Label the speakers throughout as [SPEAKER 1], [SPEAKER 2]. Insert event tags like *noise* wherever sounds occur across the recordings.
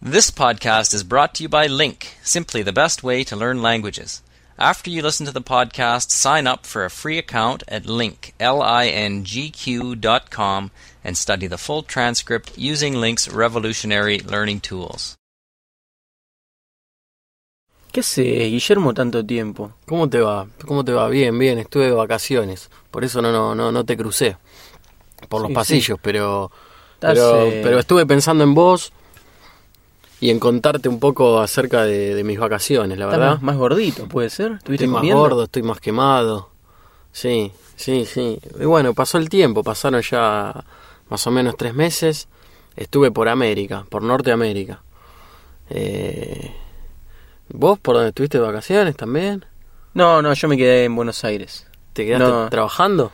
[SPEAKER 1] This podcast is brought to you by Link, simply the best way to learn languages. After you listen to the podcast, sign up for a free account at link, L-I-N-G-Q dot com and study the full transcript using Link's revolutionary learning tools.
[SPEAKER 2] ¿Qué haces, Guillermo, tanto tiempo?
[SPEAKER 3] ¿Cómo te va? ¿Cómo te va? Bien, bien, estuve de vacaciones, por eso no no no, no te crucé por los
[SPEAKER 2] Sí, sí.
[SPEAKER 3] pasillos, pero
[SPEAKER 2] Estás,
[SPEAKER 3] pero,
[SPEAKER 2] eh,
[SPEAKER 3] pero estuve pensando en vos y en contarte un poco acerca de, de mis vacaciones, la
[SPEAKER 2] Estás
[SPEAKER 3] verdad.
[SPEAKER 2] más, más gordito, puede ser.
[SPEAKER 3] Estoy
[SPEAKER 2] ¿Estuviste
[SPEAKER 3] más
[SPEAKER 2] comiendo?
[SPEAKER 3] gordo, estoy más quemado. Sí, sí, sí. Y bueno, pasó el tiempo, pasaron ya más o menos tres meses. Estuve por América, por Norteamérica. Eh, ¿Vos por dónde estuviste de vacaciones también?
[SPEAKER 2] No, no, yo me quedé en Buenos Aires.
[SPEAKER 3] ¿Te quedaste
[SPEAKER 2] No.
[SPEAKER 3] trabajando?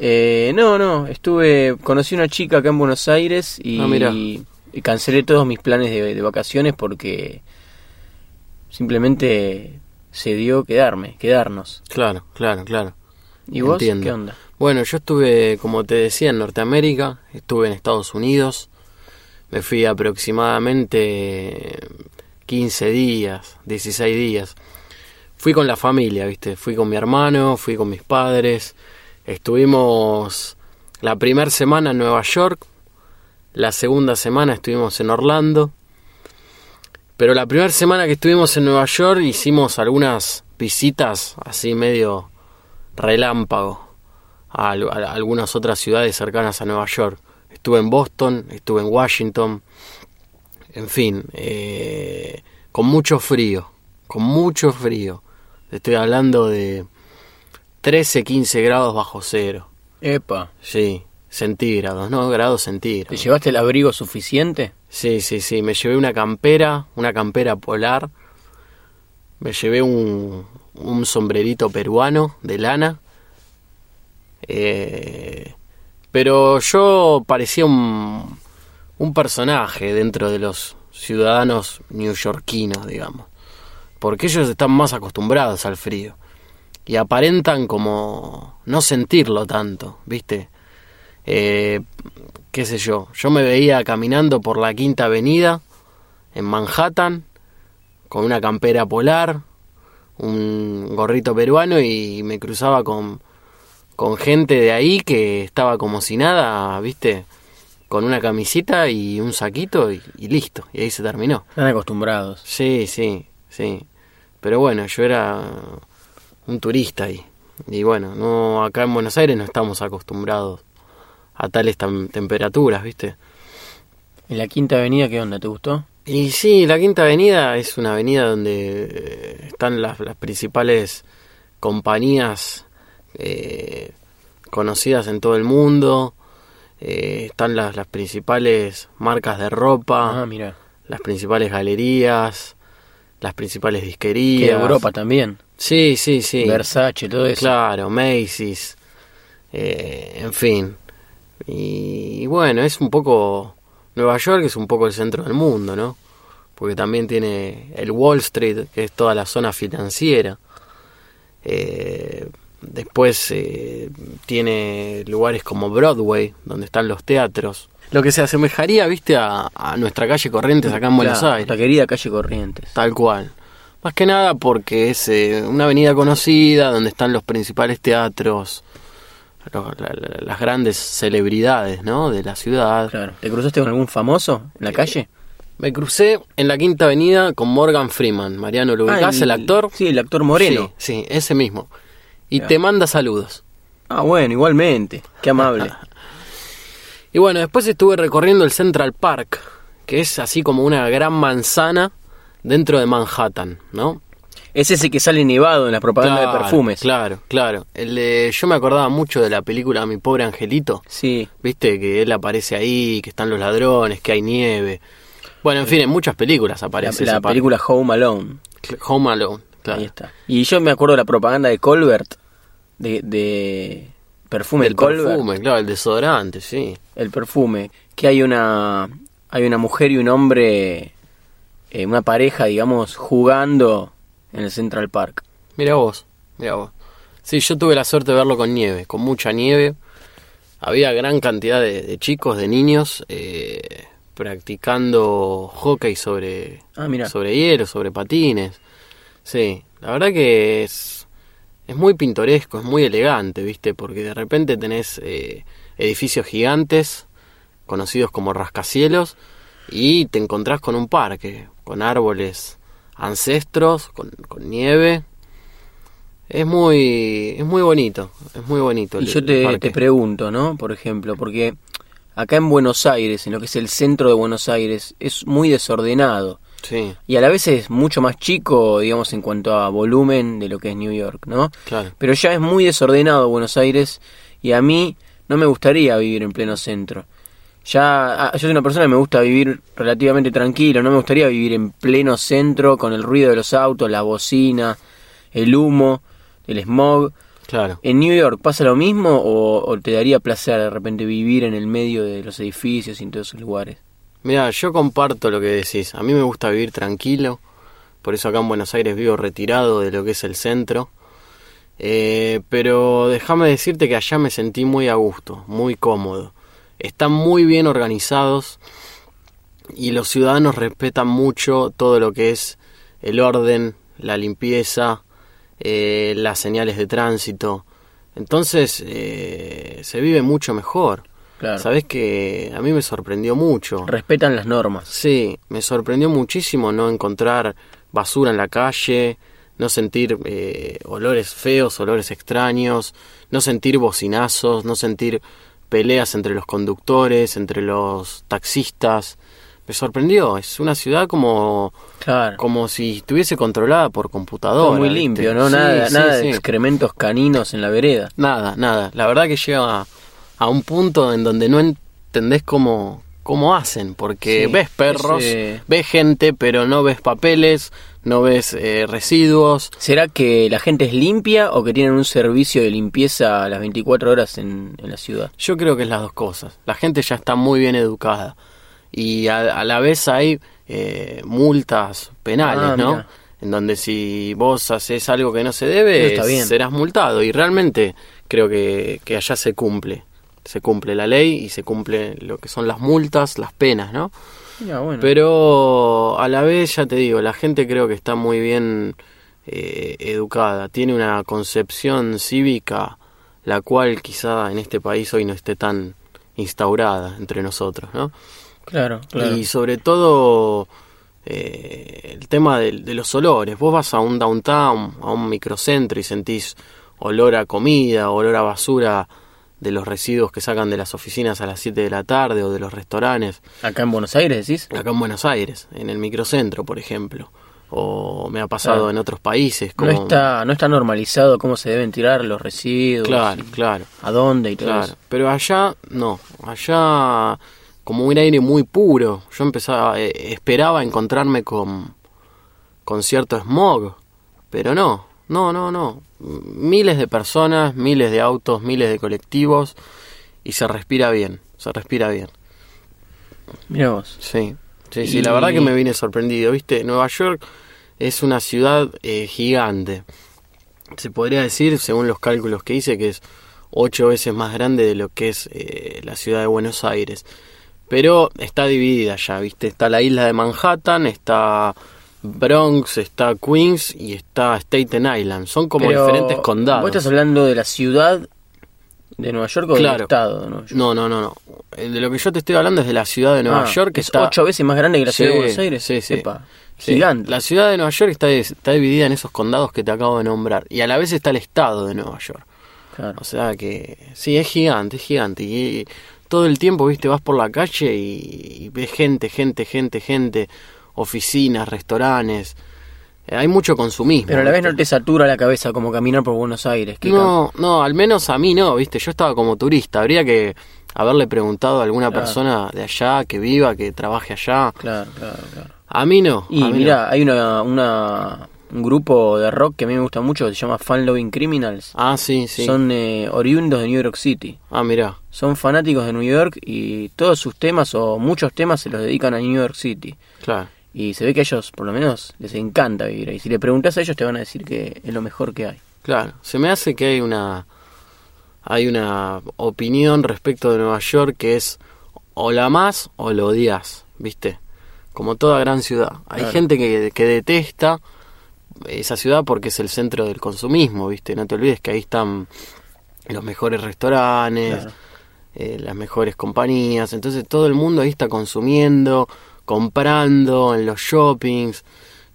[SPEAKER 2] Eh, no, no, estuve. Conocí una chica acá en Buenos Aires y,
[SPEAKER 3] Ah, mirá.
[SPEAKER 2] y cancelé todos mis planes de, de vacaciones porque simplemente se dio quedarme, quedarnos.
[SPEAKER 3] Claro, claro, claro.
[SPEAKER 2] ¿Y vos?
[SPEAKER 3] Entiendo.
[SPEAKER 2] ¿Qué onda?
[SPEAKER 3] Bueno, yo estuve, como te decía, en Norteamérica, estuve en Estados Unidos, me fui aproximadamente 15 días, 16 días. Fui con la familia, ¿viste? Fui con mi hermano, fui con mis padres. Estuvimos la primera semana en Nueva York, la segunda semana estuvimos en Orlando. Pero la primera semana que estuvimos en Nueva York hicimos algunas visitas así medio relámpago a, al- a algunas otras ciudades cercanas a Nueva York. Estuve en Boston, estuve en Washington, en fin, eh, con mucho frío, con mucho frío. Estoy hablando de 13, 15 grados bajo cero,
[SPEAKER 2] Epa,
[SPEAKER 3] sí, centígrados, ¿no? Grados
[SPEAKER 2] ¿te
[SPEAKER 3] centígrados.
[SPEAKER 2] llevaste el abrigo suficiente?
[SPEAKER 3] Sí, sí, sí, me llevé una campera, una campera polar, me llevé un, un sombrerito peruano de lana, eh, pero yo parecía un, un personaje dentro de los ciudadanos neoyorquinos, digamos, porque ellos están más acostumbrados al frío y aparentan como no sentirlo tanto, ¿viste? Eh, qué sé yo, yo me veía caminando por la Quinta Avenida en Manhattan con una campera polar, un gorrito peruano y me cruzaba con, con gente de ahí que estaba como si nada, viste, con una camisita y un saquito y- y listo, y ahí se terminó.
[SPEAKER 2] Están acostumbrados.
[SPEAKER 3] Sí, sí, sí. Pero bueno, yo era un turista ahí. Y bueno, no acá en Buenos Aires no estamos acostumbrados a tales tam- temperaturas, ¿viste?
[SPEAKER 2] ¿En la quinta avenida qué onda? ¿Te gustó?
[SPEAKER 3] Y sí, la Quinta Avenida es una avenida donde eh, están las, las principales compañías eh, conocidas en todo el mundo. Eh, están las, las principales marcas de ropa,
[SPEAKER 2] Ah, mira.
[SPEAKER 3] las principales galerías, las principales
[SPEAKER 2] Y
[SPEAKER 3] disquerías.
[SPEAKER 2] de Europa también.
[SPEAKER 3] Sí, sí, sí.
[SPEAKER 2] Versace, todo eso.
[SPEAKER 3] Claro, Macy's, eh, en fin. Y, y bueno, es un poco... Nueva York es un poco el centro del mundo, ¿no? Porque también tiene el Wall Street, que es toda la zona financiera. Eh, después eh, tiene lugares como Broadway, donde están los teatros. Lo que se asemejaría, viste, a, a nuestra calle Corrientes acá en Buenos
[SPEAKER 2] Claro,
[SPEAKER 3] Aires.
[SPEAKER 2] La querida calle Corrientes.
[SPEAKER 3] Tal cual. Más que nada porque es eh, una avenida conocida donde están los principales teatros, lo- la- la- las grandes celebridades, ¿no? De la ciudad.
[SPEAKER 2] Claro. ¿Te cruzaste con algún famoso en la calle?
[SPEAKER 3] Me crucé en la Quinta Avenida con Morgan Freeman. Mariano, ¿lo ubicás? el, actor?
[SPEAKER 2] Sí, el actor Moreno.
[SPEAKER 3] Sí, sí, ese mismo. Y
[SPEAKER 2] Ya.
[SPEAKER 3] te manda saludos.
[SPEAKER 2] Ah, bueno, igualmente. Qué *laughs* amable.
[SPEAKER 3] Y bueno, después estuve recorriendo el Central Park, que es así como una gran manzana dentro de Manhattan, ¿no?
[SPEAKER 2] es ese que sale nevado en la propaganda de perfumes.
[SPEAKER 3] Claro, claro. El de- yo me acordaba mucho de la película Mi pobre angelito.
[SPEAKER 2] Sí.
[SPEAKER 3] Viste que él aparece ahí, que están los ladrones, que hay nieve. Bueno, en fin, en muchas películas
[SPEAKER 2] La,
[SPEAKER 3] aparece.
[SPEAKER 2] la
[SPEAKER 3] esa parte.
[SPEAKER 2] película Home Alone.
[SPEAKER 3] Home Alone, claro.
[SPEAKER 2] Ahí está. Y yo me acuerdo de la propaganda de Colbert. De, de perfume
[SPEAKER 3] El
[SPEAKER 2] de Colbert.
[SPEAKER 3] perfume, claro, el desodorante, sí.
[SPEAKER 2] El perfume. Que hay una, hay una mujer y un hombre, eh, una pareja, digamos, jugando en el Central Park.
[SPEAKER 3] Mira vos, mira vos. Sí, yo tuve la suerte de verlo con nieve, con mucha nieve. Había gran cantidad de, de chicos, de niños, eh, practicando hockey sobre,
[SPEAKER 2] Ah, mira.
[SPEAKER 3] sobre hielo, sobre patines. Sí, la verdad que es, es muy pintoresco, es muy elegante, ¿viste? Porque de repente tenés eh, edificios gigantes, conocidos como rascacielos, y te encontrás con un parque, con árboles ancestros, con, con nieve. Es muy, es muy bonito, es muy bonito.
[SPEAKER 2] Y
[SPEAKER 3] el-
[SPEAKER 2] yo
[SPEAKER 3] el
[SPEAKER 2] te,
[SPEAKER 3] parque.
[SPEAKER 2] te pregunto, ¿no? Por ejemplo, porque acá en Buenos Aires, en lo que es el centro de Buenos Aires, es muy desordenado.
[SPEAKER 3] Sí,
[SPEAKER 2] Y a la vez es mucho más chico, digamos, en cuanto a volumen de lo que es New York, ¿no?
[SPEAKER 3] claro.
[SPEAKER 2] Pero ya es muy desordenado Buenos Aires y a mí no me gustaría vivir en pleno centro. Ya, ah, yo soy una persona que me gusta vivir relativamente tranquilo, no me gustaría vivir en pleno centro con el ruido de los autos, la bocina, el humo, el smog.
[SPEAKER 3] Claro.
[SPEAKER 2] ¿En New York pasa lo mismo o, o te daría placer de repente vivir en el medio de los edificios y en todos esos lugares?
[SPEAKER 3] Mira, yo comparto lo que decís. A mí me gusta vivir tranquilo. Por eso acá en Buenos Aires vivo retirado de lo que es el centro. Eh, pero déjame decirte que allá me sentí muy a gusto, muy cómodo. Están muy bien organizados y los ciudadanos respetan mucho todo lo que es el orden, la limpieza, eh, las señales de tránsito. Entonces eh, se vive mucho mejor.
[SPEAKER 2] Claro.
[SPEAKER 3] Sabes que a mí me sorprendió mucho.
[SPEAKER 2] Respetan las normas.
[SPEAKER 3] Sí, me sorprendió muchísimo no encontrar basura en la calle, no sentir eh, olores feos, olores extraños, no sentir bocinazos, no sentir peleas entre los conductores, entre los taxistas. Me sorprendió, es una ciudad como,
[SPEAKER 2] Claro.
[SPEAKER 3] como si estuviese controlada por computadora.
[SPEAKER 2] Todo muy
[SPEAKER 3] ¿viste?
[SPEAKER 2] limpio, ¿no?
[SPEAKER 3] Sí,
[SPEAKER 2] nada
[SPEAKER 3] sí,
[SPEAKER 2] nada de
[SPEAKER 3] sí.
[SPEAKER 2] excrementos caninos en la vereda.
[SPEAKER 3] Nada, nada. La verdad que llega a, a un punto en donde no entendés cómo, cómo hacen, porque
[SPEAKER 2] Sí,
[SPEAKER 3] ves perros,
[SPEAKER 2] ese-
[SPEAKER 3] ves gente, pero no ves papeles, no ves eh, residuos.
[SPEAKER 2] ¿Será que la gente es limpia o que tienen un servicio de limpieza a las 24 horas en, en la ciudad?
[SPEAKER 3] Yo creo que es las dos cosas. La gente ya está muy bien educada y a, a la vez hay eh, multas penales,
[SPEAKER 2] Ah,
[SPEAKER 3] ¿no?
[SPEAKER 2] mira.
[SPEAKER 3] En donde si vos haces algo que no se debe,
[SPEAKER 2] Eso está bien.
[SPEAKER 3] serás multado. Y realmente creo que, que allá se cumple. Se cumple la ley y se cumple lo que son las multas, las penas, ¿no?
[SPEAKER 2] *laughs* bueno.
[SPEAKER 3] Pero a la vez, ya te digo, la gente creo que está muy bien eh, educada, tiene una concepción cívica la cual quizá en este país hoy no esté tan instaurada entre nosotros, ¿no?
[SPEAKER 2] claro, claro.
[SPEAKER 3] Y sobre todo eh, el tema de, de los olores. Vos vas a un downtown, a un microcentro y sentís olor a comida, olor a basura de los residuos que sacan de las oficinas a las 7 de la tarde o de los restaurantes
[SPEAKER 2] Acá en Buenos Aires, decís.
[SPEAKER 3] acá en Buenos Aires, en el microcentro, por ejemplo, o me ha pasado
[SPEAKER 2] Claro.
[SPEAKER 3] en otros países.
[SPEAKER 2] No
[SPEAKER 3] Como...
[SPEAKER 2] está, no está normalizado cómo se deben tirar los residuos,
[SPEAKER 3] Claro, claro,
[SPEAKER 2] a dónde y todo
[SPEAKER 3] claro.
[SPEAKER 2] eso.
[SPEAKER 3] Pero allá no, allá como un aire muy puro. Yo empezaba, eh, esperaba encontrarme con, con cierto smog, pero no, no, no, no. Miles de personas, miles de autos, miles de colectivos y se respira bien, se respira bien.
[SPEAKER 2] Mirá vos.
[SPEAKER 3] Sí, sí, sí,
[SPEAKER 2] Y-
[SPEAKER 3] la verdad que me vine sorprendido, ¿viste? Nueva York es una ciudad eh, gigante. Se podría decir, según los cálculos que hice, que es ocho veces más grande de lo que es eh, la ciudad de Buenos Aires. Pero está dividida ya, ¿viste? Está la isla de Manhattan, está Bronx, está Queens y está Staten Island. Son como
[SPEAKER 2] Pero,
[SPEAKER 3] diferentes condados.
[SPEAKER 2] Vos estás hablando de la ciudad de Nueva York o del
[SPEAKER 3] Claro.
[SPEAKER 2] estado de Nueva York.
[SPEAKER 3] No, no, no, no. Eh, De lo que yo te estoy hablando es de la ciudad de Nueva
[SPEAKER 2] Ah,
[SPEAKER 3] York, que
[SPEAKER 2] es
[SPEAKER 3] está
[SPEAKER 2] ocho veces más grande que la ciudad de
[SPEAKER 3] Sí,
[SPEAKER 2] Buenos Aires.
[SPEAKER 3] sí, sí.
[SPEAKER 2] Epa,
[SPEAKER 3] Sí,
[SPEAKER 2] Gigante.
[SPEAKER 3] La ciudad de Nueva York está, está dividida en esos condados que te acabo de nombrar. Y a la vez está el estado de Nueva York.
[SPEAKER 2] Claro.
[SPEAKER 3] O sea que sí, es gigante, es gigante. Y, y todo el tiempo, viste, vas por la calle y, y ves gente, gente, gente, gente, oficinas, restaurantes. Eh, hay mucho consumismo.
[SPEAKER 2] Pero a la vez
[SPEAKER 3] ¿viste?
[SPEAKER 2] no te satura la cabeza como caminar por Buenos Aires. que
[SPEAKER 3] No, no, al menos a mí no, viste, yo estaba como turista. Habría que haberle preguntado a alguna
[SPEAKER 2] Claro.
[SPEAKER 3] persona de allá, que viva, que trabaje allá.
[SPEAKER 2] Claro, claro, claro.
[SPEAKER 3] A mí no.
[SPEAKER 2] Y
[SPEAKER 3] a mí no.
[SPEAKER 2] mira, hay una, una- un grupo de rock que a mí me gusta mucho que se llama Fan Loving Criminals.
[SPEAKER 3] Ah, sí, sí.
[SPEAKER 2] Son eh, oriundos de New York City.
[SPEAKER 3] Ah, mira.
[SPEAKER 2] Son fanáticos de New York y todos sus temas o muchos temas se los dedican a New York City.
[SPEAKER 3] Claro.
[SPEAKER 2] Y se ve que a ellos, por lo menos, les encanta vivir ahí. Si le preguntas a ellos, te van a decir que es lo mejor que hay.
[SPEAKER 3] Claro, se me hace que hay una hay una opinión respecto de Nueva York que es o la más o lo odias. ¿viste? Como toda gran ciudad. Hay
[SPEAKER 2] Claro.
[SPEAKER 3] gente que, que detesta esa ciudad porque es el centro del consumismo, ¿viste? No te olvides que ahí están los mejores restaurantes,
[SPEAKER 2] Claro.
[SPEAKER 3] eh, las mejores compañías. Entonces todo el mundo ahí está consumiendo, comprando en los shoppings.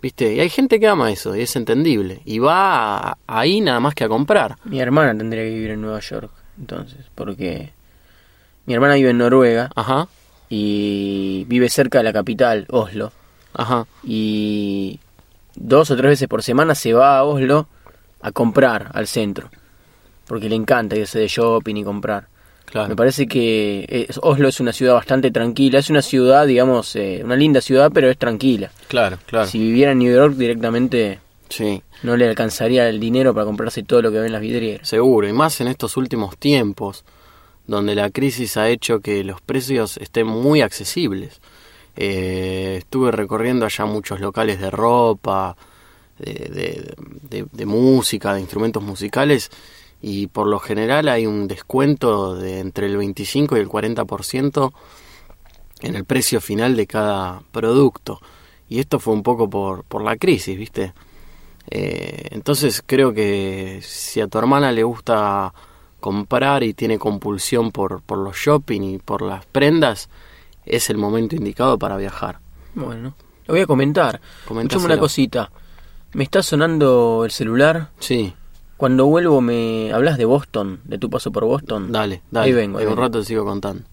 [SPEAKER 3] ¿Viste? Y hay gente que ama eso, y es entendible. Y va a- ahí nada más que a comprar.
[SPEAKER 2] Mi hermana tendría que vivir en Nueva York, entonces, porque mi hermana vive en Noruega
[SPEAKER 3] Ajá,
[SPEAKER 2] y vive cerca de la capital, Oslo,
[SPEAKER 3] ajá.
[SPEAKER 2] y dos o tres veces por semana se va a Oslo a comprar al centro, porque le encanta irse de shopping y comprar.
[SPEAKER 3] Claro.
[SPEAKER 2] Me parece que es- Oslo es una ciudad bastante tranquila, es una ciudad, digamos, eh, una linda ciudad, pero es tranquila.
[SPEAKER 3] Claro, claro.
[SPEAKER 2] Si viviera en New York directamente
[SPEAKER 3] sí.
[SPEAKER 2] no le alcanzaría el dinero para comprarse todo lo que ven las vidrieras.
[SPEAKER 3] Seguro, y más en estos últimos tiempos, donde la crisis ha hecho que los precios estén muy accesibles. Eh, estuve recorriendo allá muchos locales de ropa, de, de- de- de música, de instrumentos musicales, y por lo general hay un descuento de entre el 25 y el 40% en el precio final de cada producto. Y esto fue un poco por, por la crisis, ¿viste? Eh, entonces creo que si a tu hermana le gusta comprar y tiene compulsión por, por los shopping y por las prendas, es el momento indicado para viajar.
[SPEAKER 2] Bueno, lo voy a comentar. Escuchame
[SPEAKER 3] Comentáselo.
[SPEAKER 2] una cosita. Me está sonando el celular.
[SPEAKER 3] Sí,
[SPEAKER 2] Cuando vuelvo me hablas de Boston, de tu paso por Boston.
[SPEAKER 3] dale, dale.
[SPEAKER 2] Ahí vengo, ahí
[SPEAKER 3] En un
[SPEAKER 2] vengo.
[SPEAKER 3] rato te sigo contando.